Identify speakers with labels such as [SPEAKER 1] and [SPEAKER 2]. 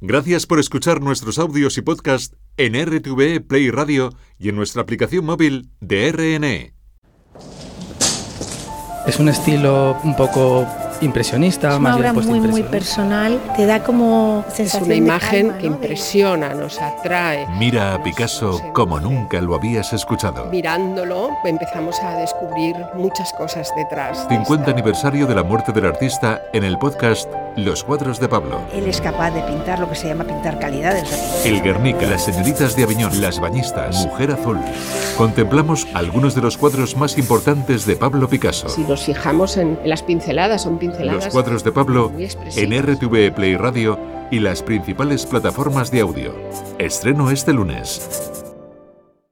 [SPEAKER 1] Gracias por escuchar nuestros audios y podcast en RTVE Play Radio y en nuestra aplicación móvil de E. RNE.
[SPEAKER 2] Es un estilo un poco impresionista,
[SPEAKER 3] Es
[SPEAKER 2] más
[SPEAKER 3] una
[SPEAKER 2] bien
[SPEAKER 3] obra muy, muy
[SPEAKER 2] postimpresionista.
[SPEAKER 3] personal, te da como
[SPEAKER 4] Es
[SPEAKER 3] sensación
[SPEAKER 4] una
[SPEAKER 3] de
[SPEAKER 4] imagen
[SPEAKER 3] calma,
[SPEAKER 4] que
[SPEAKER 3] ¿no? De-
[SPEAKER 4] impresiona, nos atrae.
[SPEAKER 1] Mira a
[SPEAKER 4] Nos-
[SPEAKER 1] Picasso
[SPEAKER 4] se-
[SPEAKER 1] como nunca lo habías escuchado.
[SPEAKER 4] Mirándolo empezamos a descubrir muchas cosas detrás. de
[SPEAKER 1] 50
[SPEAKER 4] esta-
[SPEAKER 1] aniversario de la muerte del artista en el podcast Los cuadros de Pablo.
[SPEAKER 5] Él es capaz de pintar lo que se llama pintar calidades.
[SPEAKER 1] El Guernica, las señoritas de Aviñón, las bañistas, Mujer Azul. Contemplamos algunos de los cuadros más importantes de Pablo Picasso.
[SPEAKER 4] Si nos fijamos en en las pinceladas, son pinceladas.
[SPEAKER 1] Los cuadros de Pablo
[SPEAKER 4] muy expresivas.
[SPEAKER 1] en RTV Play Radio y las principales plataformas de audio. Estreno este lunes.